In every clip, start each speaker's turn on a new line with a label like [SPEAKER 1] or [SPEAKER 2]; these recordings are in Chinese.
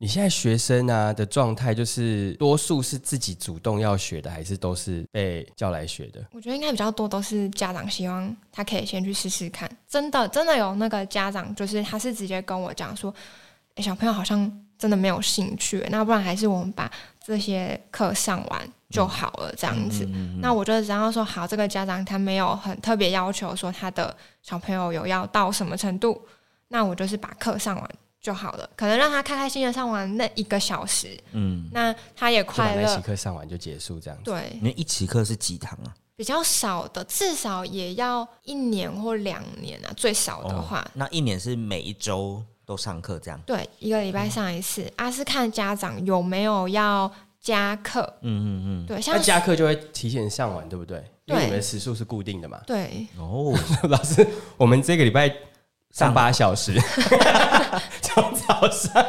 [SPEAKER 1] 你现在学生啊的状态，就是多数是自己主动要学的，还是都是被叫来学的？
[SPEAKER 2] 我觉得应该比较多都是家长希望他可以先去试试看。真的，真的有那个家长，就是他是直接跟我讲说，诶小朋友好像真的没有兴趣，欸那不然还是我们把这些课上完就好了，这样子。
[SPEAKER 3] 嗯
[SPEAKER 2] 那我就然后说好，这个家长他没有很特别要求说他的小朋友有要到什么程度，那我就是把课上完就好了，可能让他开开心心地上完那一个小时，
[SPEAKER 3] 嗯，
[SPEAKER 2] 那他也
[SPEAKER 1] 就把
[SPEAKER 2] 快
[SPEAKER 1] 那期
[SPEAKER 2] 乐。
[SPEAKER 1] 课上完就结束这样子。
[SPEAKER 2] 对
[SPEAKER 3] 你，们一期课是几堂啊？
[SPEAKER 2] 比较少的，至少也要一年或两年啊，最少的话，
[SPEAKER 3] 哦，那一年是每一周都上课这样。
[SPEAKER 2] 对，一个礼
[SPEAKER 1] 哦
[SPEAKER 2] 拜上一次。啊，是看家长有没有要加课，
[SPEAKER 3] 嗯嗯
[SPEAKER 2] 对，像
[SPEAKER 1] 那加课就会提前上完，对不对？因为
[SPEAKER 2] 对
[SPEAKER 1] 你们时数是固定的嘛。
[SPEAKER 2] 对
[SPEAKER 3] 嗯，哦，
[SPEAKER 1] 老师，我们这个礼拜上
[SPEAKER 3] 上
[SPEAKER 1] 八小时， 从早上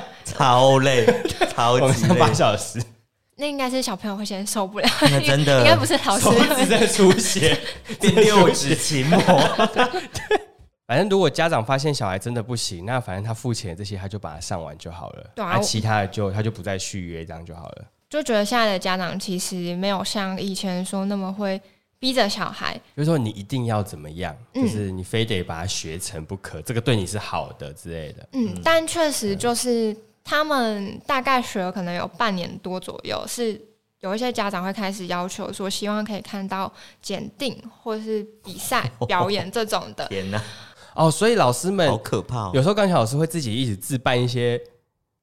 [SPEAKER 3] 超累，超
[SPEAKER 1] 我们
[SPEAKER 3] 级
[SPEAKER 1] 上
[SPEAKER 3] 累
[SPEAKER 1] 八，小时，
[SPEAKER 2] 那应该是小朋友会先受不了，
[SPEAKER 3] 那真的
[SPEAKER 2] 应该不是老
[SPEAKER 1] 呃
[SPEAKER 2] 师
[SPEAKER 1] 手指
[SPEAKER 2] 会。
[SPEAKER 1] 在出血，
[SPEAKER 3] 第六指琴魔。
[SPEAKER 1] 反正如果家长发现小孩真的不行，那反正他付钱这些，他就把它上完就好了。
[SPEAKER 2] 对啊
[SPEAKER 1] 那
[SPEAKER 2] 我
[SPEAKER 1] 其他的就他就不再续约，这样就好了。
[SPEAKER 2] 就觉得现在的家长其实没有像以前说那么会逼着小孩，
[SPEAKER 1] 就是说你一定要怎么样，
[SPEAKER 2] 嗯
[SPEAKER 1] 就是你非得把它学成不可，这个对你是好的之类的。
[SPEAKER 2] 嗯，但确实就是他们大概学了可能有半年多左右，是有一些家长会开始要求说，希望可以看到检定或是 比赛、表演这种的。
[SPEAKER 3] 天哪，
[SPEAKER 1] 哦，所以老师们
[SPEAKER 3] 好可怕哦！
[SPEAKER 1] 有时候钢琴老师会自己一直自办一些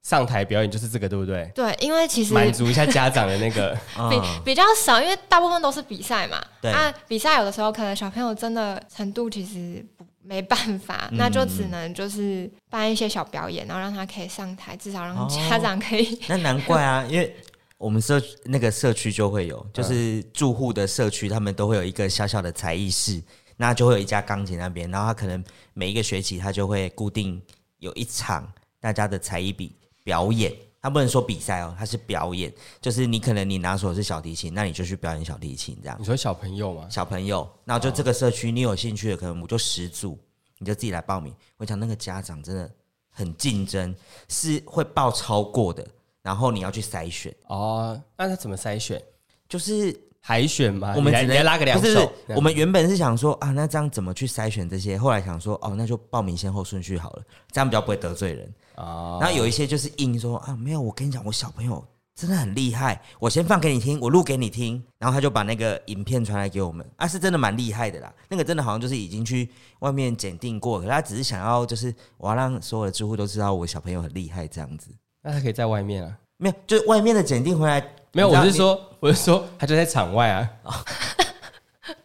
[SPEAKER 1] 上台表演，就是这个对不对？
[SPEAKER 2] 对，因为其实
[SPEAKER 1] 满足一下家长的那个，
[SPEAKER 2] 比
[SPEAKER 3] 啊
[SPEAKER 2] 比较少，因为大部分都是比赛嘛。
[SPEAKER 3] 对
[SPEAKER 2] 啊，比赛有的时候可能小朋友真的程度其实不没办法，
[SPEAKER 1] 嗯
[SPEAKER 2] 那就只能就是办一些小表演，然后让他可以上台，至少让
[SPEAKER 3] 哦
[SPEAKER 2] 家长可以。
[SPEAKER 1] 嗯
[SPEAKER 3] 那难怪啊， 因为我们社那个社区就会有，就是住户的社区，他们都会有一个小小的才艺室，那就会有一架钢琴那边，然后他可能每一个学期他就会固定有一场大家的才艺比表演。他不能说比赛哦，他是表演，就是你可能你拿手是小提琴，那你就去表演小提琴这样
[SPEAKER 1] 你。说小朋友吗？
[SPEAKER 3] 小朋友，那就这个社区你有兴趣的，可能我就十组，你就自己来报名。我讲那个家长真的很竞争，是会报超过的，然后你要去筛选，
[SPEAKER 1] 哦，那他怎么筛选？
[SPEAKER 3] 就是
[SPEAKER 1] 海选吗？
[SPEAKER 3] 我们
[SPEAKER 1] 你来
[SPEAKER 3] 只
[SPEAKER 1] 你
[SPEAKER 3] 能
[SPEAKER 1] 来拉个两
[SPEAKER 3] 不是
[SPEAKER 1] 手。
[SPEAKER 3] 我们原本是想说啊，那这样怎么去筛选这些？后来想说哦，那就报名先后顺序好了，这样比较不会得罪人。
[SPEAKER 1] 啊，
[SPEAKER 3] 然后有一些就是硬说啊，没有，我跟你讲，我小朋友真的很厉害，我先放给你听，我录给你听，然后他就把那个影片传来给我们，啊，是真的蛮厉害的啦，那个真的好像就是已经去外面检定过，可是他只是想要就是我要让所有的住户都知道我小朋友很厉害这样子，
[SPEAKER 1] 那他可以在外面啊？
[SPEAKER 3] 没有，就是外面的检定回来
[SPEAKER 1] 没有，
[SPEAKER 3] 你
[SPEAKER 1] 我
[SPEAKER 3] 知道
[SPEAKER 1] 是说，我是说，他就在场外啊。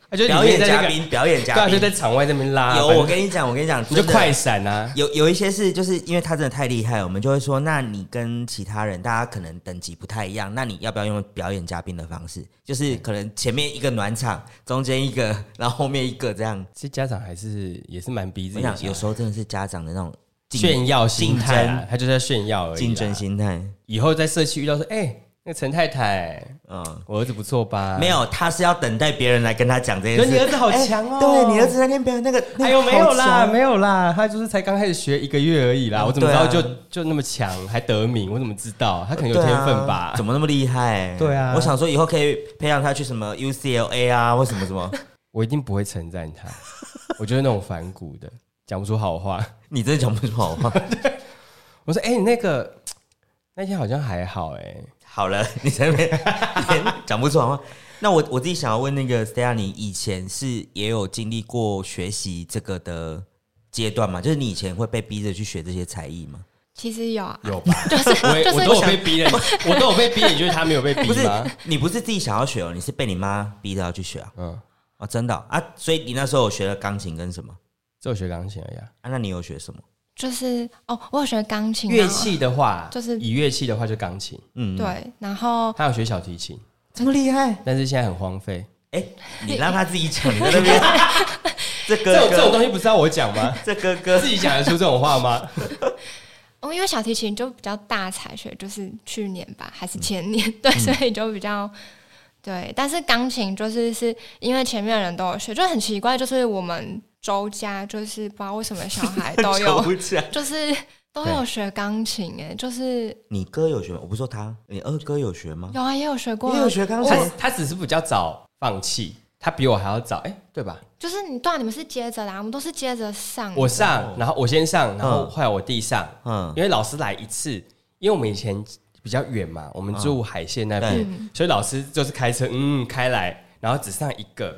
[SPEAKER 1] 他就
[SPEAKER 3] 你
[SPEAKER 1] 里面
[SPEAKER 3] 表演
[SPEAKER 1] 在那
[SPEAKER 3] 嘉
[SPEAKER 1] 个，
[SPEAKER 3] 宾，表演
[SPEAKER 1] 对
[SPEAKER 3] 嘉
[SPEAKER 1] 啊，就
[SPEAKER 3] 宾
[SPEAKER 1] 在，场外那边拉啊。
[SPEAKER 3] 有
[SPEAKER 1] 反正
[SPEAKER 3] 我跟你讲，我跟你讲，
[SPEAKER 1] 你就
[SPEAKER 3] 真的
[SPEAKER 1] 快闪啊。
[SPEAKER 3] 有有一些是，就是因为他真的太厉害了，我们就会说，那你跟其他人，大家可能等级不太一样，那你要不要用表演嘉宾的方式？就是可能前面一个暖场，中间一个，然后后面一个 这样。
[SPEAKER 1] 其实家长还是也是蛮逼自
[SPEAKER 3] 我
[SPEAKER 1] 己的
[SPEAKER 3] 想
[SPEAKER 1] 小孩，
[SPEAKER 3] 有时候真的是家长的那种竞
[SPEAKER 1] 炫耀心态啊
[SPEAKER 3] 竞，
[SPEAKER 1] 他就是在炫耀而已啊。
[SPEAKER 3] 竞争心态，
[SPEAKER 1] 以后在社区遇到说，哎，那个陈太太，
[SPEAKER 3] 嗯。
[SPEAKER 1] 我儿子不错吧？
[SPEAKER 3] 没，有，他是要等待别人来跟他讲这
[SPEAKER 1] 可
[SPEAKER 3] 件
[SPEAKER 1] 是啊
[SPEAKER 3] 事。
[SPEAKER 1] 你儿子好强哦
[SPEAKER 3] 哎对你儿子那天表演那个，那
[SPEAKER 1] 哎
[SPEAKER 3] 个
[SPEAKER 1] 呦，没有
[SPEAKER 3] 好
[SPEAKER 1] 啦，
[SPEAKER 3] 强
[SPEAKER 1] 没有啦，他就是才刚开始学一个月而已啦，
[SPEAKER 3] 嗯
[SPEAKER 1] 我怎么知道
[SPEAKER 3] 对
[SPEAKER 1] 就
[SPEAKER 3] 啊
[SPEAKER 1] 就那么强，还得名？我怎么知道？他可能有
[SPEAKER 3] 对
[SPEAKER 1] 天
[SPEAKER 3] 啊
[SPEAKER 1] 分吧
[SPEAKER 3] 怎？么那么厉害？
[SPEAKER 1] 对啊
[SPEAKER 3] 我想说以后可以培养他去什么 UCLA 啊，或什么什 么。
[SPEAKER 1] 我一定不会称赞他，我就是那种反骨的，讲不出好话。
[SPEAKER 3] 你真的讲不出好话。
[SPEAKER 1] 我说，哎，你那个那天好像还好， 哎，
[SPEAKER 3] 好了，你在那边 连讲不出好话。那我我自己想要问那个 Stella，你以前是也有经历过学习这个的阶段吗？就是你以前会被逼着去学这些才艺吗？
[SPEAKER 2] 其实有啊，
[SPEAKER 1] 有吧？
[SPEAKER 2] 就是
[SPEAKER 1] 我也
[SPEAKER 2] 就是
[SPEAKER 1] 我都有被逼的，我都有被逼的，你觉得他没有被逼
[SPEAKER 3] 不是
[SPEAKER 1] 吗？，
[SPEAKER 3] 你不是自己想要学哦，你是被你妈逼着要去学啊？
[SPEAKER 1] 嗯，
[SPEAKER 3] 哦，真的哦、啊，所以你那时候有学了钢琴跟什么？
[SPEAKER 1] 只有学钢琴而已、啊。
[SPEAKER 3] 啊，那你有学什么？
[SPEAKER 2] 就是哦，我有学钢琴啊
[SPEAKER 1] 乐，器的话，
[SPEAKER 2] 就是
[SPEAKER 1] 以乐器的话就钢琴，
[SPEAKER 3] 嗯，，
[SPEAKER 2] 对，然后
[SPEAKER 1] 他有学小提琴，
[SPEAKER 3] 这么厉害？
[SPEAKER 1] 但是现在很荒废。
[SPEAKER 3] 哎、 你让他自己讲，你在那边这
[SPEAKER 1] 这
[SPEAKER 3] 哥
[SPEAKER 1] 种这种
[SPEAKER 3] 哥，
[SPEAKER 1] 东西不是要我讲 吗？
[SPEAKER 3] 这哥哥
[SPEAKER 1] 自，己讲得出这种话吗？
[SPEAKER 2] 哦，因为小提琴就比较大才学，就是去年吧，还是前年， 对，所以就比较对。但是钢琴就是是因为前面的人都有学，就很奇 怪，就是我们周家就是不知道为什么小孩都有，
[SPEAKER 3] 抽不起来
[SPEAKER 2] 就是都有学钢琴哎、就是
[SPEAKER 3] 你哥有学吗？我不是说他，你二哥有学吗？
[SPEAKER 2] 有啊，也有学过、
[SPEAKER 3] 你
[SPEAKER 2] 啊
[SPEAKER 3] 有，学钢琴
[SPEAKER 1] 他？他只是比较早放弃，他比我还要早，哎、对吧？
[SPEAKER 2] 就是你对啊，你们是接着啦，我们都是接着上。
[SPEAKER 1] 我上，然后我先上，然后
[SPEAKER 3] 哦嗯
[SPEAKER 1] 后来我弟上，
[SPEAKER 3] 嗯，
[SPEAKER 1] 因为老师来一次，因为我们以前比较远嘛，我们
[SPEAKER 3] 嗯
[SPEAKER 1] 住海线那边，所以老师就是开车，嗯，开来，然后只上一个，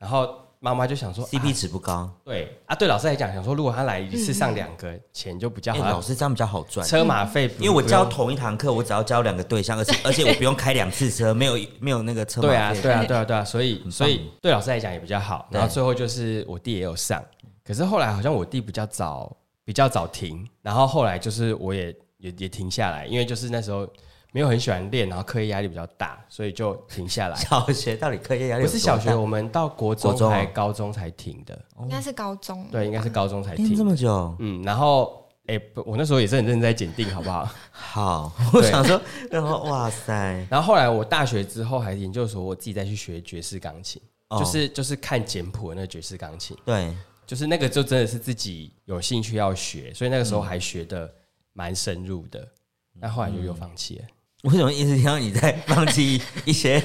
[SPEAKER 1] 然后妈妈就想说
[SPEAKER 3] CP
[SPEAKER 1] 啊
[SPEAKER 3] 值不高，
[SPEAKER 1] 对啊，对老师来讲，想说如果他来一次
[SPEAKER 3] 嗯
[SPEAKER 1] 上两个，钱就比较
[SPEAKER 3] 哎，
[SPEAKER 1] 好，啊
[SPEAKER 3] 老师这样比较好赚。
[SPEAKER 1] 车马费不，
[SPEAKER 3] 因为我
[SPEAKER 1] 不
[SPEAKER 3] 教
[SPEAKER 1] 用
[SPEAKER 3] 同一堂课，我只要教两个对象，而且而且我不用开两次车，没有没有那个车马
[SPEAKER 1] 对啊，
[SPEAKER 3] 费
[SPEAKER 1] 对啊，对啊，对啊，所以
[SPEAKER 3] 棒
[SPEAKER 1] 所以对老师来讲也比较好。
[SPEAKER 3] 对
[SPEAKER 1] 然后最后就是我弟也有上，可是后来好像我弟比较早比较早停，然后后来就是我也也也停下来，因为就是那时候没有很喜欢练，然后课业压力比较大，所以就停下来。
[SPEAKER 3] 小学到底课业压力
[SPEAKER 1] 不
[SPEAKER 3] 有
[SPEAKER 1] 是
[SPEAKER 3] 多
[SPEAKER 1] 小
[SPEAKER 3] 大
[SPEAKER 1] 学，我们到国中
[SPEAKER 3] 国中啊哦
[SPEAKER 1] 还高中才停的，
[SPEAKER 2] 应该是高中，
[SPEAKER 1] 对，应该是高中才
[SPEAKER 3] 哎练这
[SPEAKER 1] 停。
[SPEAKER 3] 么久，
[SPEAKER 1] 嗯，然后哎、不我那时候也是很认真在检定，好不好？
[SPEAKER 3] 好，
[SPEAKER 1] 对
[SPEAKER 3] 我想说，然后哇塞，
[SPEAKER 1] 然后后来我大学之后还研究所，我自己再去学爵士钢琴，
[SPEAKER 3] 哦
[SPEAKER 1] 就是就是看简谱的那个爵士钢琴。
[SPEAKER 3] 对，
[SPEAKER 1] 就是那个就真的是自己有兴趣要学，所以那个时候还学的蛮深入的，
[SPEAKER 3] 嗯
[SPEAKER 1] 但后来就又放弃了，
[SPEAKER 3] 为什么一直听到你在放弃一些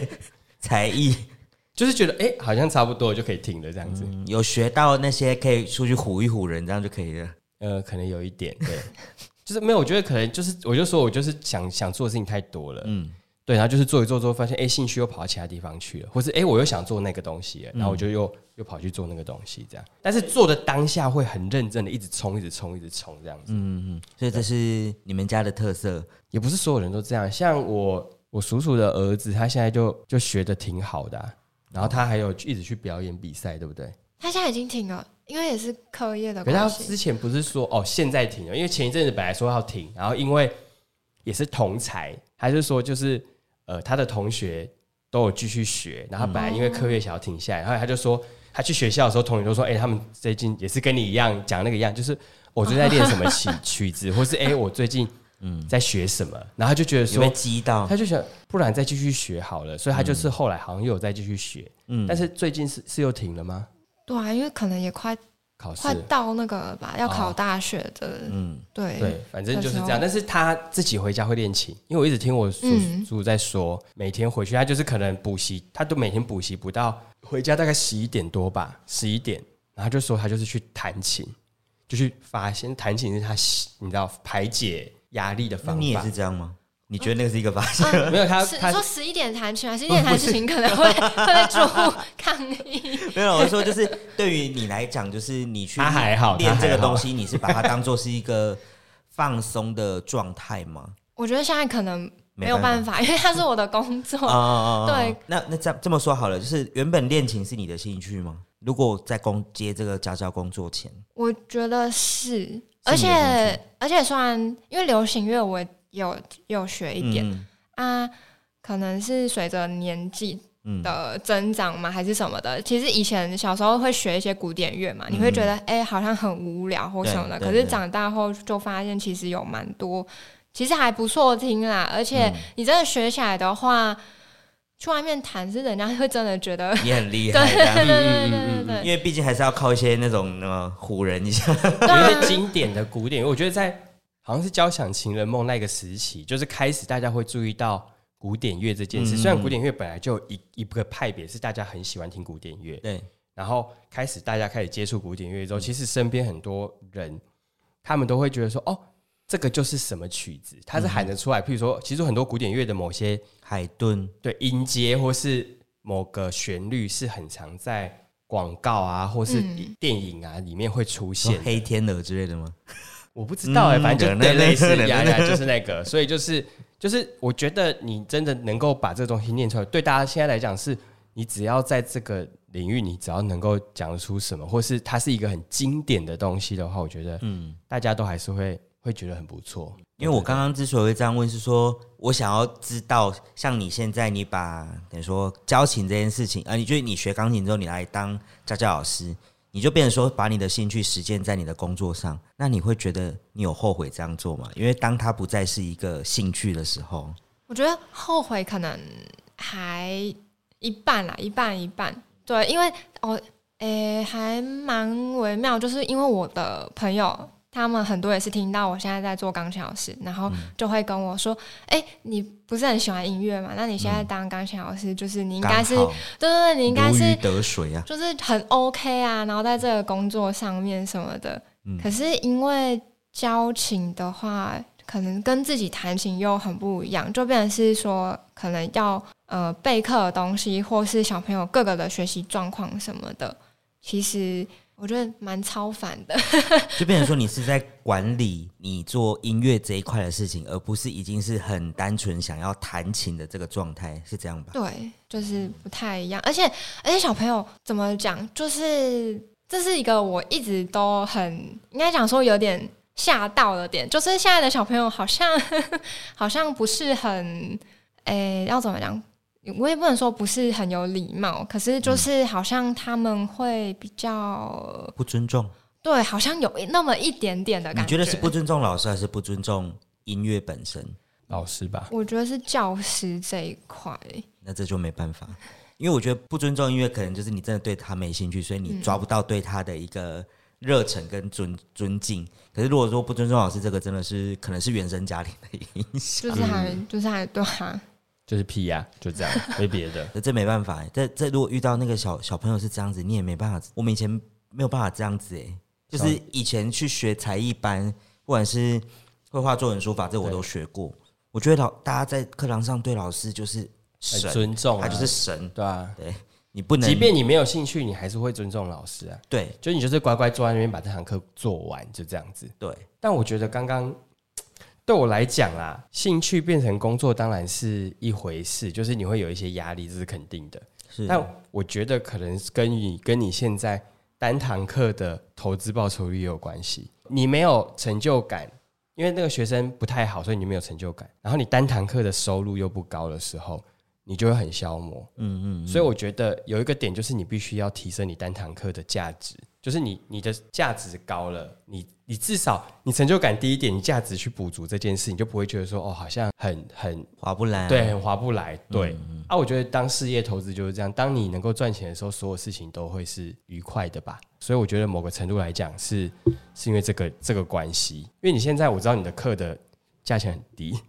[SPEAKER 3] 才艺？
[SPEAKER 1] 就是觉得哎、诶好像差不多就可以停了这样子，
[SPEAKER 3] 嗯有学到那些可以出去唬一唬人，这样就可以了。
[SPEAKER 1] 呃，可能有一点对， 就是没有，我觉得可能就是我就说我就是想想做的事情太多了，
[SPEAKER 3] 嗯，
[SPEAKER 1] 对，然后就是做一做做，发现哎、诶兴趣又跑到其他地方去了，或是哎、诶我又想做那个东西了，然后我就又、又跑去做那个东西这样，但是做的当下会很认真的一直冲，一直冲，一直冲这样子，
[SPEAKER 3] 嗯所以这是你们家的特色。
[SPEAKER 1] 也不是所有人都这样，像我我叔叔的儿子，他现在就就学的挺好的啊、然后他还有一直去表演比赛，对不对？
[SPEAKER 2] 他现在已经停了，因为也是课业的
[SPEAKER 1] 可是他
[SPEAKER 2] 关系
[SPEAKER 1] 之。前不是说哦现在停了，因为前一阵子本来说要停，然后因为也是同才，他就说就是呃他的同学都有继续学，然后他本来因为课业想要停下来，然后他就说他去学校的时候，同学都说哎、他们最近也是跟你一样讲那个一样，就是我最近在练什么曲曲子，或是哎、我最近。嗯，在学什么？然后他就觉得
[SPEAKER 3] 有
[SPEAKER 1] 说
[SPEAKER 3] 被，激到？
[SPEAKER 1] 他就想，不然再继续学好了，所以他就是后来好像又有再继续学，
[SPEAKER 3] 嗯
[SPEAKER 1] 但是最近是是又停了吗？
[SPEAKER 2] 对啊，因为可能也快
[SPEAKER 1] 考试
[SPEAKER 2] 快到那个了吧，要考大学的，
[SPEAKER 3] 嗯，
[SPEAKER 2] 对
[SPEAKER 1] 对，反正就是这
[SPEAKER 2] 哎那时
[SPEAKER 1] 样。
[SPEAKER 2] 候
[SPEAKER 1] 但是他自己回家会练琴，因为我一直听我叔
[SPEAKER 2] 嗯
[SPEAKER 1] 叔在说，每天回去他就是可能补习，他都每天补习不到，回家大概十一点多吧，十一点，然后他就说他就是去弹琴，就去发现弹琴是他你知道排解压力的
[SPEAKER 3] 那
[SPEAKER 1] 方
[SPEAKER 3] 你也
[SPEAKER 1] 法
[SPEAKER 3] 是。这样吗？你觉得那个是一个发现？
[SPEAKER 1] 没有他
[SPEAKER 2] 是
[SPEAKER 1] 他
[SPEAKER 2] 你说啊十一点弹琴还是一点弹琴，可能会 会被住户抗议。
[SPEAKER 3] 没有，我说就是 对于你来讲，就是你去
[SPEAKER 1] 他还好
[SPEAKER 3] 练
[SPEAKER 1] 他还
[SPEAKER 3] 这个
[SPEAKER 1] 好
[SPEAKER 3] 东西，你是把它当做是一个放松的状态吗？
[SPEAKER 2] 我觉得现在可能没有办
[SPEAKER 3] 法
[SPEAKER 2] 法，因为它是我的工作。
[SPEAKER 3] 啊啊！
[SPEAKER 2] 哦对
[SPEAKER 3] 对，那那这样这么说好了，就是原本练琴是你的兴趣吗？如果在工接这个家教工作前，
[SPEAKER 2] 我觉得是，而且
[SPEAKER 3] 兴
[SPEAKER 2] 而且虽然因为流行乐我有有学一点、
[SPEAKER 3] 嗯
[SPEAKER 2] 啊，可能是随着年纪
[SPEAKER 3] 嗯
[SPEAKER 2] 的增长嘛，还是什么的。其实以前小时候会学一些古典乐嘛，你会觉得哎、诶好像很无聊或什么的。
[SPEAKER 3] 嗯对
[SPEAKER 2] 可
[SPEAKER 3] 对
[SPEAKER 2] 是长大后就发现，其实有蛮多，其实还不错听啦。而
[SPEAKER 3] 嗯
[SPEAKER 2] 且你真的学起来的话，去外面弹是人家会真的觉得，
[SPEAKER 3] 也很厉
[SPEAKER 2] 对
[SPEAKER 3] 害，
[SPEAKER 2] 对
[SPEAKER 3] 这
[SPEAKER 1] 嗯
[SPEAKER 2] 对对
[SPEAKER 3] 样
[SPEAKER 2] 对
[SPEAKER 3] 嗯因
[SPEAKER 2] 对
[SPEAKER 3] 为毕竟还是要靠一些那种呃唬人一下，
[SPEAKER 2] 对
[SPEAKER 1] 有一
[SPEAKER 2] 啊
[SPEAKER 1] 些经典的古典，我觉得在好像是《交响情人梦》那个时期，就是开始大家会注意到古典乐这件事。
[SPEAKER 3] 嗯
[SPEAKER 1] 虽然古典乐本来就有一一个派别是大家很喜欢听古典乐，
[SPEAKER 3] 对，
[SPEAKER 1] 然后开始大家开始接触古典乐之后，其实身边很多人他们都会觉得说，哦，这个就是什么曲子，它是喊得出来。譬如说，其实很多古典乐的某些
[SPEAKER 3] 海顿，
[SPEAKER 1] 对音阶或是某个旋律是很常在广告啊，或是
[SPEAKER 2] 嗯
[SPEAKER 1] 电影啊里面会出
[SPEAKER 3] 说
[SPEAKER 1] 现的。
[SPEAKER 3] 黑天鹅之类的吗？
[SPEAKER 1] 我不知道哎、
[SPEAKER 3] 嗯
[SPEAKER 1] 反正就对
[SPEAKER 3] 对
[SPEAKER 1] 类似
[SPEAKER 3] 对对
[SPEAKER 1] 呀
[SPEAKER 3] 对
[SPEAKER 1] 呀，就是那个，所以就是就是，我觉得你真的能够把这个东西念出来，对大家现在来讲是，你只要在这个领域，你只要能够讲得出什么，或是它是一个很经典的东西的话，我觉得
[SPEAKER 3] 嗯，
[SPEAKER 1] 大家都还是会会觉得很不错。
[SPEAKER 3] 因为我刚刚之所以会这样问，是说我想要知道，像你现在，你把等于说交情这件事情，啊，你就是你学钢琴之后，你来当家教老师，你就变成说把你的兴趣实践在你的工作上，那你会觉得你有后悔这样做吗？因为当它不再是一个兴趣的时候，
[SPEAKER 2] 我觉得后悔可能还一半啦，一半一半。对，因为哦，诶、还蛮微妙，就是因为我的朋友他们很多也是听到我现在在做钢琴老师，然
[SPEAKER 3] 嗯
[SPEAKER 2] 后就会跟我说：“哎、你不是很喜欢音乐嘛？那你现在当钢琴老师，就是你应该是，
[SPEAKER 3] 嗯
[SPEAKER 2] 对
[SPEAKER 3] 刚好
[SPEAKER 2] 对对，你应该
[SPEAKER 3] 如
[SPEAKER 2] 是
[SPEAKER 3] 鱼得水啊。
[SPEAKER 2] 就是很 OK 啊，然后在这个工作上面什么的。
[SPEAKER 3] 嗯
[SPEAKER 2] 可是因为交情的话，可能跟自己弹琴又很不一样，就变成是说可能要呃备课的东西，或是小朋友各个的学习状况什么的，其实我觉得蛮超凡的。
[SPEAKER 3] 就变成说你是在管理你做音乐这一块的事情，而不是已经是很单纯想要弹琴的这个状态，是这样吧？
[SPEAKER 2] 对，就是不太一样。而且而且小朋友怎么讲，就是这是一个我一直都很应该讲说有点吓到的点，就是现在的小朋友好像 好像不是很诶、要怎么讲？我也不能说不是很有礼貌，可是
[SPEAKER 3] 嗯
[SPEAKER 2] 就是好像他们会比较
[SPEAKER 3] 不尊重，
[SPEAKER 2] 对，好像有那么一点点的感
[SPEAKER 3] 你觉得是不尊重老师，还是不尊重音乐本身？
[SPEAKER 1] 老师吧，
[SPEAKER 2] 我觉得是教师这一块，
[SPEAKER 3] 那这就没办法，因为我觉得不尊重音乐，可能就是你真的对他没兴趣，所以你抓不到对他的一个热忱跟尊尊敬。可是如果说不尊重老师，这个真的是可能是原生家庭的影响，
[SPEAKER 2] 就是还、
[SPEAKER 3] 嗯
[SPEAKER 2] 就是还对啊，
[SPEAKER 1] 就是屁呀、就 这样，没别的。
[SPEAKER 3] 这没办法欸。这这如果遇到那个小小朋友是这样子，你也没办法。我们以前没有办法这样子哎，就是以前去学才艺班，不管是绘画、作文、书法，这我
[SPEAKER 1] 对
[SPEAKER 3] 都学过。我觉得老大家在课堂上对老师就是
[SPEAKER 1] 很
[SPEAKER 3] 神，
[SPEAKER 1] 尊重、啊，
[SPEAKER 3] 他就是神，
[SPEAKER 1] 对啊。
[SPEAKER 3] 你不能
[SPEAKER 1] 即便你没有兴趣，你还是会尊重老师啊。
[SPEAKER 3] 对
[SPEAKER 1] 就你就是乖乖坐在那边把这堂课做完，就这样子。
[SPEAKER 3] 对。
[SPEAKER 1] 但我觉得刚刚对我来讲啦，兴趣变成工作当然是一回事，就是你会有一些压力，这是肯定的。
[SPEAKER 3] 是，
[SPEAKER 1] 但我觉得可能是跟你跟你现在单堂课的投资报酬率也有关系。你没有成就感，因为那个学生不太好，所以你没有成就感。然后你单堂课的收入又不高的时候，你就会很消磨。
[SPEAKER 3] 嗯嗯，
[SPEAKER 1] 所以我觉得有一个点就是你必须要提升你单堂课的价值，就是你你的价值高了，你你至少你成就感低一点，你价值去补足这件事，你就不会觉得说哦好像很很
[SPEAKER 3] 划不来、啊。
[SPEAKER 1] 对，很划不来。
[SPEAKER 3] 嗯
[SPEAKER 1] 对、啊，我觉得当事业投资就是这样，当你能够赚钱的时候，所有事情都会是愉快的吧。所以我觉得某个程度来讲是是因为这个这个关系，因为你现在我知道你的课的价钱很低，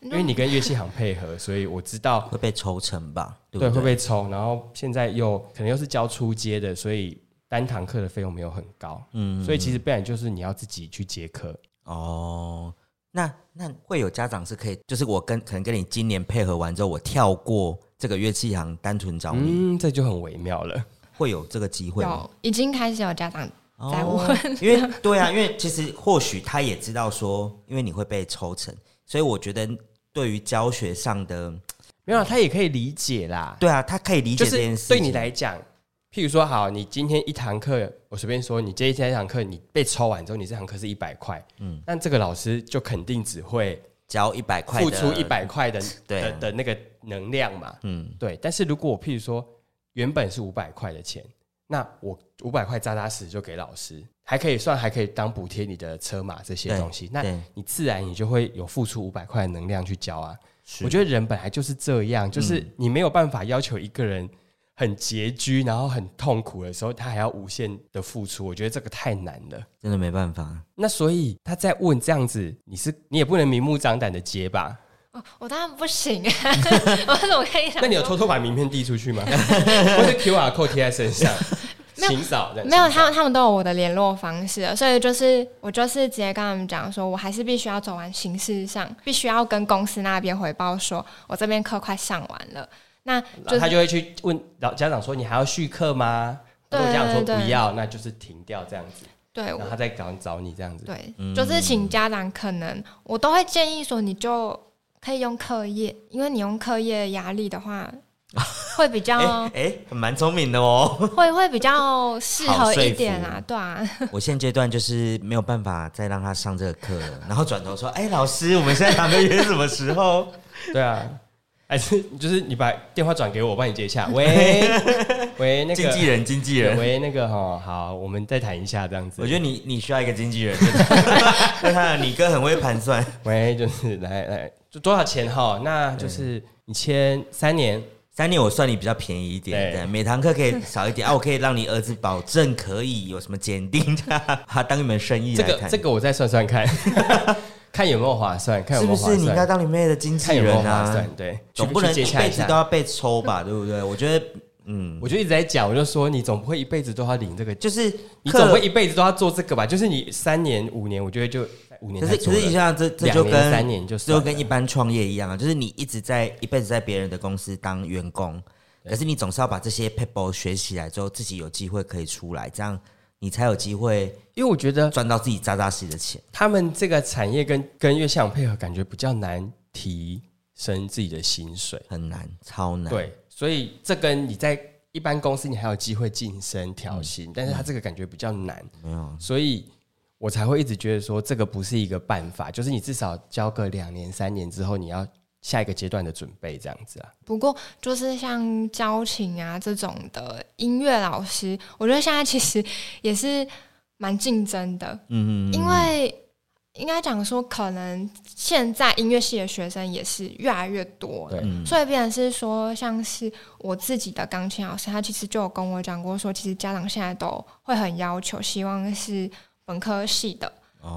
[SPEAKER 1] 因为你跟乐器行配合，所以我知道
[SPEAKER 3] 会被抽成吧？ 对
[SPEAKER 1] 对，
[SPEAKER 3] 不
[SPEAKER 1] 会被抽。然后现在又可能又是教初阶的，所以单堂课的费用没有很高。
[SPEAKER 3] 嗯，
[SPEAKER 1] 所以其实不然就是你要自己去接课。
[SPEAKER 3] 哦，那那会有家长是可以，就是我跟可能跟你今年配合完之后，我跳过这个乐器行，单纯找你，
[SPEAKER 1] 嗯，这就很微妙了。
[SPEAKER 3] 会有这个机会吗？
[SPEAKER 2] 有已经开始有家长在
[SPEAKER 3] 哦， 因为对啊，因为其实或许他也知道说，因为你会被抽成，所以我觉得对于教学上的，
[SPEAKER 1] 没有啦，啊他也可以理解啦。
[SPEAKER 3] 对啊，他可以理解
[SPEAKER 1] 就
[SPEAKER 3] 这件
[SPEAKER 1] 是
[SPEAKER 3] 事情。
[SPEAKER 1] 对你来讲，譬如说，好，你今天一堂课，我随便说，你这一天一堂课，你被抽完之后，你这堂课是一百块，嗯，但这个老师就肯定只会
[SPEAKER 3] 交一百块，
[SPEAKER 1] 付出一，百块的
[SPEAKER 3] 对
[SPEAKER 1] 的的那个能量嘛，
[SPEAKER 3] 嗯，
[SPEAKER 1] 对，但是如果我譬如说原本是五百块的钱，那我五百块扎扎实实就给老师，还可以算还可以当补贴你的车马这些
[SPEAKER 3] 对
[SPEAKER 1] 东西，那
[SPEAKER 3] 对
[SPEAKER 1] 你自然你就会有付出五百块的能量去交啊。
[SPEAKER 3] 是
[SPEAKER 1] 我觉得人本来就是嗯这样，就是你没有办法要求一个人很拮据，然后很痛苦的时候，他还要无限的付出，我觉得这个太难了。
[SPEAKER 3] 真的没办法，
[SPEAKER 1] 那所以他在问这样子，你是你也不能明目张胆的接 吧？
[SPEAKER 2] 哦，我当然不行，啊 我怎么可以想说？
[SPEAKER 1] 那你有偷偷把名片递出去吗？ 或是 QR code 贴在身上，
[SPEAKER 2] 没有
[SPEAKER 1] 请扫？这样
[SPEAKER 2] 没有，
[SPEAKER 1] 请扫
[SPEAKER 2] 他们他们都有我的联络方式啊了，所以就是我就是直接跟他们讲说，我还是必须要走完形式上，必须要跟公司那边回报说，我这边课快上完了。那
[SPEAKER 1] 然
[SPEAKER 2] 就
[SPEAKER 1] 后他就会去问老家长说：“你还要续课吗？”如
[SPEAKER 2] 对
[SPEAKER 1] 果家长说
[SPEAKER 2] 对对
[SPEAKER 1] 不要，那就是停掉这样子，
[SPEAKER 2] 对
[SPEAKER 1] 然后
[SPEAKER 2] 我
[SPEAKER 1] 他再找找你这样子。
[SPEAKER 2] 对，
[SPEAKER 3] 嗯
[SPEAKER 2] 就是请家长可能我都会建议说，你就可以用课业，因为你用课业压力 的话，会比
[SPEAKER 3] 哎
[SPEAKER 2] 较
[SPEAKER 3] 哎、蛮聪明的哦。
[SPEAKER 2] 会会比较适
[SPEAKER 3] 好
[SPEAKER 2] 合
[SPEAKER 3] 说
[SPEAKER 2] 一点
[SPEAKER 3] 服
[SPEAKER 2] 啊，对啊。
[SPEAKER 3] 我现阶段就是没有办法再让他上这个课了，然后转头说：“哎、老师，我们现在堂课约什么时候
[SPEAKER 1] 对啊，还是就是你把电话转给我，我帮你接一下。喂喂，？” 那
[SPEAKER 3] 经纪
[SPEAKER 1] 个
[SPEAKER 3] 人，经纪人，
[SPEAKER 1] 喂那个哈，好，我们再谈一下这样子。
[SPEAKER 3] 我觉得你你需要一个经纪 人，对他，你哥很会盘算，嗯
[SPEAKER 1] 喂，就是来来，就多少钱哈？那就是你签三年，
[SPEAKER 3] 三年我算你比较便宜一点，
[SPEAKER 1] 对
[SPEAKER 3] 对，每堂课可以少一点啊，我可以让你儿子保证可以有什么检定，他当一门生意
[SPEAKER 1] 这
[SPEAKER 3] 来
[SPEAKER 1] 个
[SPEAKER 3] 看，
[SPEAKER 1] 这个我再算算看， 看有没有划算，看有
[SPEAKER 3] 是
[SPEAKER 1] 没有
[SPEAKER 3] 不
[SPEAKER 1] 划
[SPEAKER 3] 是
[SPEAKER 1] 算，
[SPEAKER 3] 你应该当你妹的经纪
[SPEAKER 1] 看有没有
[SPEAKER 3] 人
[SPEAKER 1] 划
[SPEAKER 3] 啊？
[SPEAKER 1] 算，对，
[SPEAKER 3] 总
[SPEAKER 1] 去
[SPEAKER 3] 不能
[SPEAKER 1] 去接
[SPEAKER 3] 一
[SPEAKER 1] 洽
[SPEAKER 3] 辈
[SPEAKER 1] 一
[SPEAKER 3] 子
[SPEAKER 1] 下
[SPEAKER 3] 都。要被抽吧，对不对？我觉得，嗯，
[SPEAKER 1] 我就一直在讲，我就说你总不会一辈子都要领这个，
[SPEAKER 3] 就是
[SPEAKER 1] 你
[SPEAKER 3] 课
[SPEAKER 1] 总会一辈子都要做这个吧？就是你三年五年，我觉得就五年
[SPEAKER 3] 可
[SPEAKER 1] 才
[SPEAKER 3] 是
[SPEAKER 1] 做
[SPEAKER 3] 可
[SPEAKER 1] 了
[SPEAKER 3] 是，你像这这
[SPEAKER 1] 两
[SPEAKER 3] 就
[SPEAKER 1] 年
[SPEAKER 3] 跟
[SPEAKER 1] 三年就
[SPEAKER 3] 这就
[SPEAKER 1] 算
[SPEAKER 3] 跟
[SPEAKER 1] 了
[SPEAKER 3] 一般创业一样啊，就是你一直在一辈子在别人的公司当员工，可是你总是要把这些 people 学起来之后，自己有机会可以出来，这样你才有机会
[SPEAKER 1] 因为我觉得
[SPEAKER 3] 赚到自己扎扎实实的钱。
[SPEAKER 1] 他们这个产业跟跟月相配合，感觉比较难提升自己的薪水。
[SPEAKER 3] 很难，超难。，
[SPEAKER 1] 对，所以这跟你在一般公司你还有机会晋升调薪，
[SPEAKER 3] 嗯
[SPEAKER 1] 但是他这个感觉比较难，
[SPEAKER 3] 没有，
[SPEAKER 1] 所以我才会一直觉得说这个不是一个办法，就是你至少交个两年三年之后，你要下一个阶段的准备这样子啊。
[SPEAKER 2] 不过，就是像交情啊这种的音乐老师，我觉得现在其实也是蛮竞争的，
[SPEAKER 3] 嗯
[SPEAKER 2] 因为应该讲说，可能现在音乐系的学生也是越来越多了
[SPEAKER 1] 对。
[SPEAKER 3] 嗯
[SPEAKER 2] 所以，变成是说，像是我自己的钢琴老师，他其实就有跟我讲过说其实家长现在都会很要求，希望是本科系的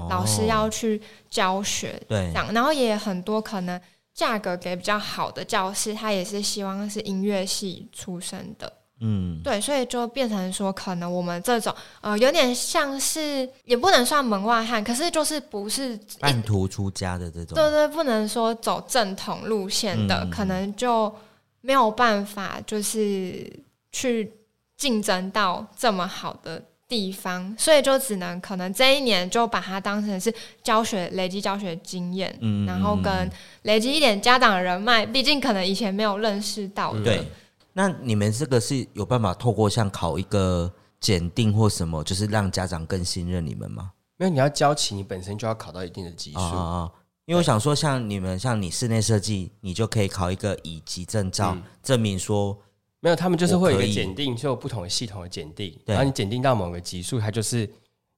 [SPEAKER 2] 老师要去教学
[SPEAKER 3] 哦对
[SPEAKER 2] 这，样，然后也很多可能价格给比较好的教室，他也是希望是音乐系出身的，
[SPEAKER 3] 嗯，
[SPEAKER 2] 对，所以就变成说，可能我们这种呃，有点像是也不能算门外汉，可是就是不是一
[SPEAKER 3] 半途出家的这种，
[SPEAKER 2] 对对，不能说走正统路线的，
[SPEAKER 3] 嗯
[SPEAKER 2] 可能就没有办法，就是去竞争到这么好的地方，所以就只能可能这一年就把它当成是教学累积教学经验，
[SPEAKER 3] 嗯
[SPEAKER 2] 然后跟累积一点家长人脉，毕竟可能以前没有认识到的，
[SPEAKER 3] 对。那你们这个是有办法透过像考一个检定或什么，就是让家长更信任你们吗？
[SPEAKER 1] 因为你要交期，你本身就要考到一定的级数，
[SPEAKER 3] 啊啊啊！因为我想说，像你们像你室内设计，你就可以考一个乙级证照，
[SPEAKER 1] 嗯
[SPEAKER 3] 证明说
[SPEAKER 1] 没有他们就是会有
[SPEAKER 3] 我
[SPEAKER 1] 一
[SPEAKER 3] 可
[SPEAKER 1] 个
[SPEAKER 3] 以
[SPEAKER 1] 检定，就有不同的系统的检定，
[SPEAKER 3] 对
[SPEAKER 1] 然后你检定到某个级数，它就是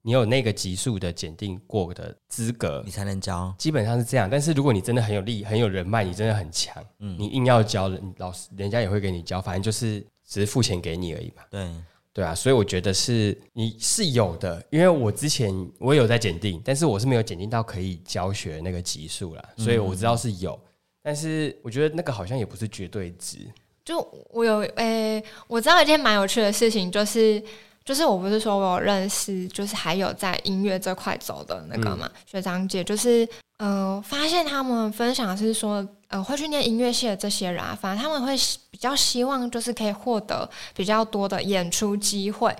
[SPEAKER 1] 你有那个级数的检定过的资格
[SPEAKER 3] 你，才能教。
[SPEAKER 1] 基本上是这样，但是如果你真的很有力、很有人脉，你真的很强，
[SPEAKER 3] 嗯
[SPEAKER 1] 你硬要教人老师，人家也会给你教，反正就是只是付钱给你而已嘛，
[SPEAKER 3] 对，
[SPEAKER 1] 对啊，所以我觉得是你是有的，因为我之前我有在检定，但是我是没有检定到可以教学那个级数啦，所以我知道是有，但是我觉得那个好像也不是绝对值，
[SPEAKER 2] 就我有诶、我知道一件蛮有趣的事情，就是就是我不是说我有认识，就是还有在音乐这块走的那个嘛、学长姐，就是呃，发现他们分享是说，呃，会去念音乐系的这些人啊，反正他们会希比较希望就是可以获得比较多的演出机会，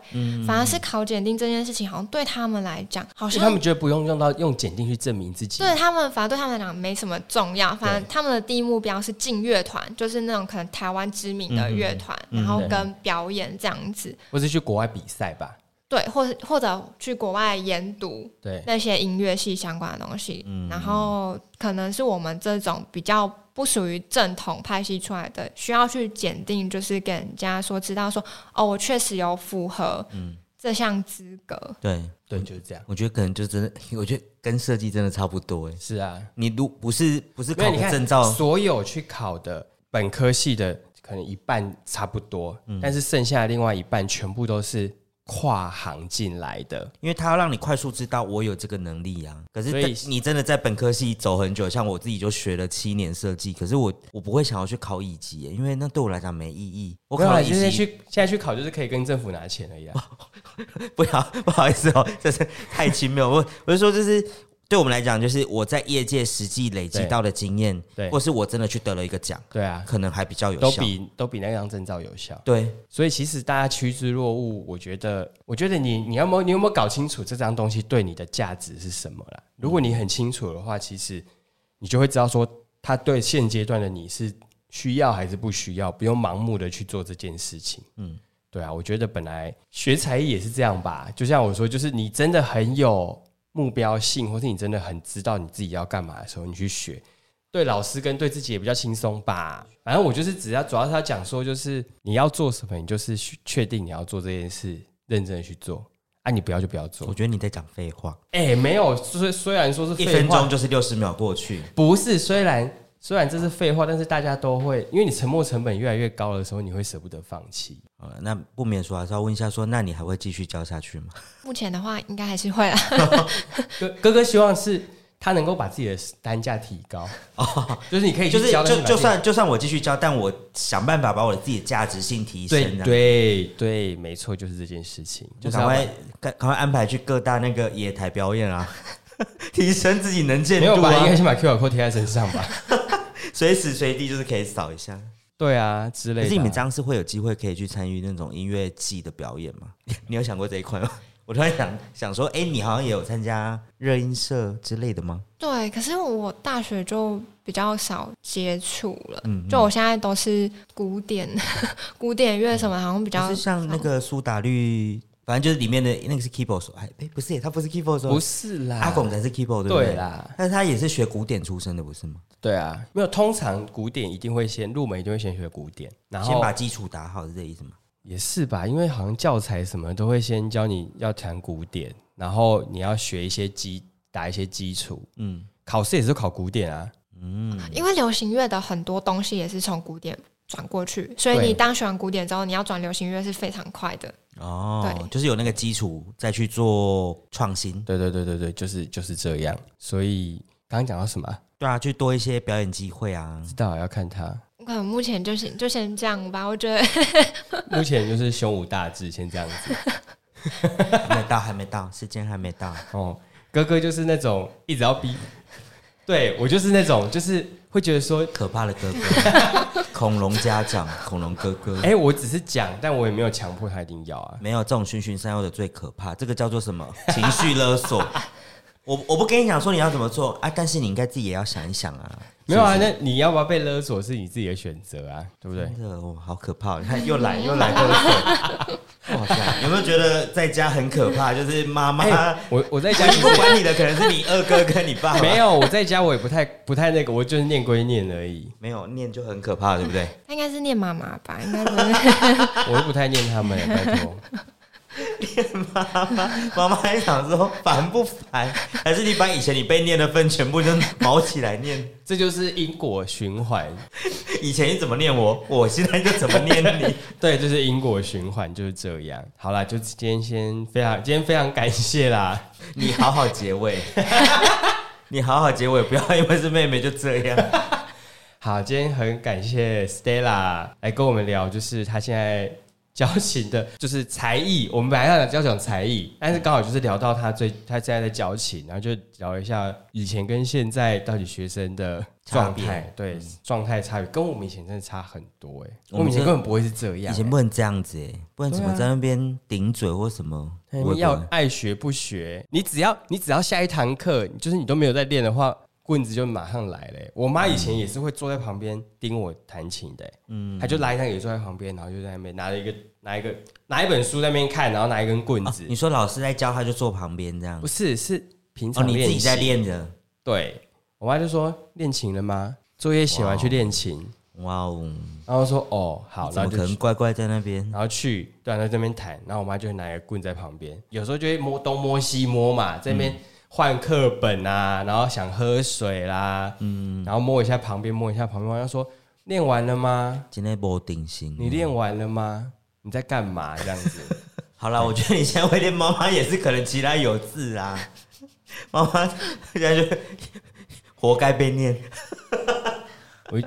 [SPEAKER 2] 反而是考检定这件事情，好像对他们来讲，好
[SPEAKER 1] 就
[SPEAKER 2] 像
[SPEAKER 1] 他们觉得不用用到用检定去证明自己，
[SPEAKER 2] 对他们，反正对他们来讲没什么重要。反正
[SPEAKER 1] 对
[SPEAKER 2] 他们的第一目标是进乐团，就是那种可能台湾知名的乐团，
[SPEAKER 3] 嗯嗯
[SPEAKER 2] 然后
[SPEAKER 1] 对
[SPEAKER 2] 跟表演这样子。
[SPEAKER 1] 或是去国外比赛吧，
[SPEAKER 2] 对，或是或者去国外研读
[SPEAKER 1] 对，
[SPEAKER 2] 那些音乐系相关的东西，然后可能是我们这种比较不属于正统派系出来的，需要去检定，就是给人家说知道说，哦，我确实有符合这项资格。
[SPEAKER 3] 对，
[SPEAKER 1] 对，就是这样，
[SPEAKER 3] 我觉得可能就真的， 我觉得跟设计真的差不多哎。
[SPEAKER 1] 是啊，
[SPEAKER 3] 你如不是不是
[SPEAKER 1] 因为
[SPEAKER 3] 考
[SPEAKER 1] 你
[SPEAKER 3] 个
[SPEAKER 1] 看
[SPEAKER 3] 证照，
[SPEAKER 1] 所有去考的本科系的可能一半差不多，
[SPEAKER 3] 嗯
[SPEAKER 1] 但是剩下的另外一半全部都是跨行进来的。
[SPEAKER 3] 因为他要让你快速知道我有这个能力啊。可是
[SPEAKER 1] 所以
[SPEAKER 3] 但你真的在本科系走很久，像我自己就学了七年设计，可是我我不会想要去考乙级欸耶，因为那对我来讲没意义。我
[SPEAKER 1] 我
[SPEAKER 3] 考
[SPEAKER 1] 考
[SPEAKER 3] 了乙
[SPEAKER 1] 现在
[SPEAKER 3] 级，
[SPEAKER 1] 去现在去考就是可以跟政府拿钱而已啊。
[SPEAKER 3] 不要 不好意思哦，这是太轻蔑。我我是说，就是对我们来讲，就是我在业界实际累积
[SPEAKER 1] 对
[SPEAKER 3] 到的经验，
[SPEAKER 1] 对
[SPEAKER 3] 或是我真的去得了一个奖，
[SPEAKER 1] 对啊，
[SPEAKER 3] 可能还比较有
[SPEAKER 1] 都
[SPEAKER 3] 效。
[SPEAKER 1] 比都比那张证照有效。
[SPEAKER 3] 对，
[SPEAKER 1] 所以其实大家趋之若鹜，我觉得，我觉得你你要么你有没有搞清楚这张东西对你的价值是什么啦？如果你很清楚的话，其实你就会知道说，它对现阶段的你是需要还是不需要，不用盲目的去做这件事情。嗯，对啊，我觉得本来学才艺也是这样吧，就像我说，就是你真的很有目标性，或是你真的很知道你自己要干嘛的时候，你去学，对老师跟对自己也比较轻松吧。反正我就是只要主要是要讲说，就是你要做什么，你就是去确定你要做这件事，认真的去做。啊，你不要就不要
[SPEAKER 3] 我
[SPEAKER 1] 做。
[SPEAKER 3] 觉得你在讲废话，
[SPEAKER 1] 哎、没有，虽虽然说是
[SPEAKER 3] 一
[SPEAKER 1] 废
[SPEAKER 3] 分
[SPEAKER 1] 话
[SPEAKER 3] 钟，就是六十秒过去。
[SPEAKER 1] 不是虽然虽然这是废话，但是大家都会，因为你沉没成本越来越高的时候，你会舍不得放弃。
[SPEAKER 3] 好了，那不免说还是要问一下说那你还会继续教下去吗？
[SPEAKER 2] 目前的话，应该还是会啦。
[SPEAKER 1] 哥哥哥希望是他能够把自己的单价提 高，就是你可以去
[SPEAKER 3] 哦就是
[SPEAKER 1] 哎教，但
[SPEAKER 3] 就就
[SPEAKER 1] 你把
[SPEAKER 3] 算就算我继续教，但我想办法把我自己的价值性提
[SPEAKER 1] 自己
[SPEAKER 3] 升，
[SPEAKER 1] 对，对对，没错，就是这件事情，就
[SPEAKER 3] 就
[SPEAKER 1] 是
[SPEAKER 3] 赶
[SPEAKER 1] 要
[SPEAKER 3] 快赶赶快安排去各大那个野台表演啊， 提升自己能见
[SPEAKER 1] 没有
[SPEAKER 3] 度
[SPEAKER 1] 吧？应该
[SPEAKER 3] 啊，
[SPEAKER 1] 先把 QR code 贴在身上 吧？
[SPEAKER 3] 随时随地就是可以扫一下。
[SPEAKER 1] 对啊，之类的啊。
[SPEAKER 3] 可是你们这样是会有机会可以去参与那种音乐季的表演吗？ 你有想过这一块吗？ 我突然想想说，哎、你好像也有参加热音社之类的吗？
[SPEAKER 2] 对，可是我大学就比较少接触了，
[SPEAKER 3] 嗯，
[SPEAKER 2] 就我现在都是古典古典乐什么，好像比
[SPEAKER 3] 哦就
[SPEAKER 2] 较
[SPEAKER 3] 是像那个苏打绿，反正就是里面的那个是 keyboard 手，哎、哎不是耶，他不是 keyboard 手，
[SPEAKER 1] 不是啦，
[SPEAKER 3] 阿拱才是 keyboard 对不
[SPEAKER 1] 对啦，
[SPEAKER 3] 但是他也是学古典出身的，不是吗？
[SPEAKER 1] 对啊，没有。通常古典一定会先入门，一定会先学古典，然
[SPEAKER 3] 先
[SPEAKER 1] 后
[SPEAKER 3] 把基础打好是这意思吗？
[SPEAKER 1] 也是吧，因为好像教材什么都会先教你要弹古典，然后你要学一些基，打一些基础。
[SPEAKER 3] 嗯
[SPEAKER 1] 考试也是考古典啊，
[SPEAKER 3] 嗯，
[SPEAKER 2] 因为流行乐的很多东西也是从古典转过去，所以
[SPEAKER 1] 对
[SPEAKER 2] 你当学完古典之后，你要转流行乐是非常快的。
[SPEAKER 3] 哦
[SPEAKER 2] 对，
[SPEAKER 3] 就是有那个基础再去做创新，
[SPEAKER 1] 对对对对对，就是就是这样。所以刚刚讲到什么啊？
[SPEAKER 3] 对啊，去多一些表演机会啊
[SPEAKER 1] 知。道要看他，
[SPEAKER 2] 我可能目前就先就先这样吧，我觉得
[SPEAKER 1] 目前就是胸无大志，先这样子。
[SPEAKER 3] 还没到，还没到，时间还没到。
[SPEAKER 1] 哦，哥哥就是那种一直要逼，对我就是那种，就是会觉得说，
[SPEAKER 3] 可怕的哥哥，恐龙家长，恐龙哥哥，
[SPEAKER 1] 哎、我只是讲，但我也没有强迫他一定要啊。
[SPEAKER 3] 没有这种循循善诱的最可怕，这个叫做什么？情绪勒索。我我不跟你讲说你要怎么做啊，但是你应该自己也要想一想啊。
[SPEAKER 1] 没有啊，那你要不要被勒索是你自己的选择啊，对不 对？
[SPEAKER 3] 真的，我好可怕！你看 又来又来勒索，哇塞！有没有觉得在家很可怕？就是妈妈、
[SPEAKER 1] 哎我我在家其实
[SPEAKER 3] 不管你的，可能是你二哥跟你爸爸。
[SPEAKER 1] 没有，我在家我也不太不太那个，我就是念归念而已，
[SPEAKER 3] 没有念就很可怕，对不对？
[SPEAKER 2] 他应该是念妈妈吧，应该不是。
[SPEAKER 1] 我又不太念他们，拜托。
[SPEAKER 3] 妈妈还想说烦不烦？还是你把以前你被念的分全部就毛起来念？
[SPEAKER 1] 这就是因果循环，
[SPEAKER 3] 以前你怎么念我，我现在就怎么念你？
[SPEAKER 1] 对，就是因果循环就是这样。好啦，就今天先非常，今天非常感谢啦。
[SPEAKER 3] 你好好结 尾，你好好结尾，不要因为是妹妹就这样。
[SPEAKER 1] 好，今天很感谢 Stella 来跟我们聊，就是她现在教琴的， 就是才艺。我们本来要讲要讲才艺，但是刚好就是聊到她最她现在在教琴，然后就聊一下以前跟现在到底学生的状
[SPEAKER 3] 差
[SPEAKER 1] 态
[SPEAKER 3] 别，
[SPEAKER 1] 对状态差别，跟我们以前真的差很多哎、我
[SPEAKER 3] 我们
[SPEAKER 1] 们以前
[SPEAKER 3] 这
[SPEAKER 1] 根本不会是这样、
[SPEAKER 3] 以前不能这样子、欸，不能怎么
[SPEAKER 1] 对啊
[SPEAKER 3] 在那边顶嘴或什么。
[SPEAKER 1] 哎
[SPEAKER 3] 我
[SPEAKER 1] 你要爱学不学，你只要你只要下一堂课，就是你都没有在练的话，棍子就马上来了欸、我妈以前也是会坐在旁边盯我弹琴的欸、
[SPEAKER 3] 嗯
[SPEAKER 1] 她就拉一张椅子坐在旁边，然后就在那边拿了一个拿一个拿一本书在那边看，然后拿一根棍
[SPEAKER 3] 啊
[SPEAKER 1] 子。
[SPEAKER 3] 你说老师在教，他就坐旁边这样
[SPEAKER 1] 哦不。是，是平
[SPEAKER 3] 哦，
[SPEAKER 1] 常
[SPEAKER 3] 你自己
[SPEAKER 1] 习
[SPEAKER 3] 在。练着。
[SPEAKER 1] 对，我妈就说练琴了吗？作业写完去练琴。
[SPEAKER 3] 哇哦，
[SPEAKER 1] 然后说哦好，
[SPEAKER 3] 怎
[SPEAKER 1] 然后
[SPEAKER 3] 么可
[SPEAKER 1] 就
[SPEAKER 3] 能
[SPEAKER 1] 去
[SPEAKER 3] 乖乖在那边？
[SPEAKER 1] 然后去，对、啊，在这边弹，然后我妈就会拿一个棍在旁边，有时候就会摸东摸西摸嘛，这边换课本啊，然后想喝水啦，嗯，然后摸一下旁边，摸一下旁边，然后说练完了吗？
[SPEAKER 3] 今天没定心。
[SPEAKER 1] 你练完了吗？你在干嘛？这样子，
[SPEAKER 3] 好了，我觉得你现在会练妈妈也是可能其他有字啊， 妈妈现在就活该被念。
[SPEAKER 1] 我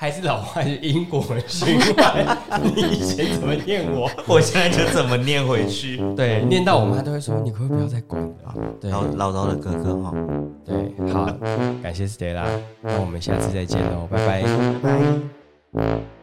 [SPEAKER 1] 还是老话，就是因果循环，你以前怎么念我？
[SPEAKER 3] 我现在就怎么念回去？
[SPEAKER 1] 对，念到我妈都会说，你可不可以不要再管了？对
[SPEAKER 3] 唠唠叨的哥哥哈，
[SPEAKER 1] 对，好，感谢 Stella，那我们下次再见喽，拜拜。
[SPEAKER 3] 拜拜。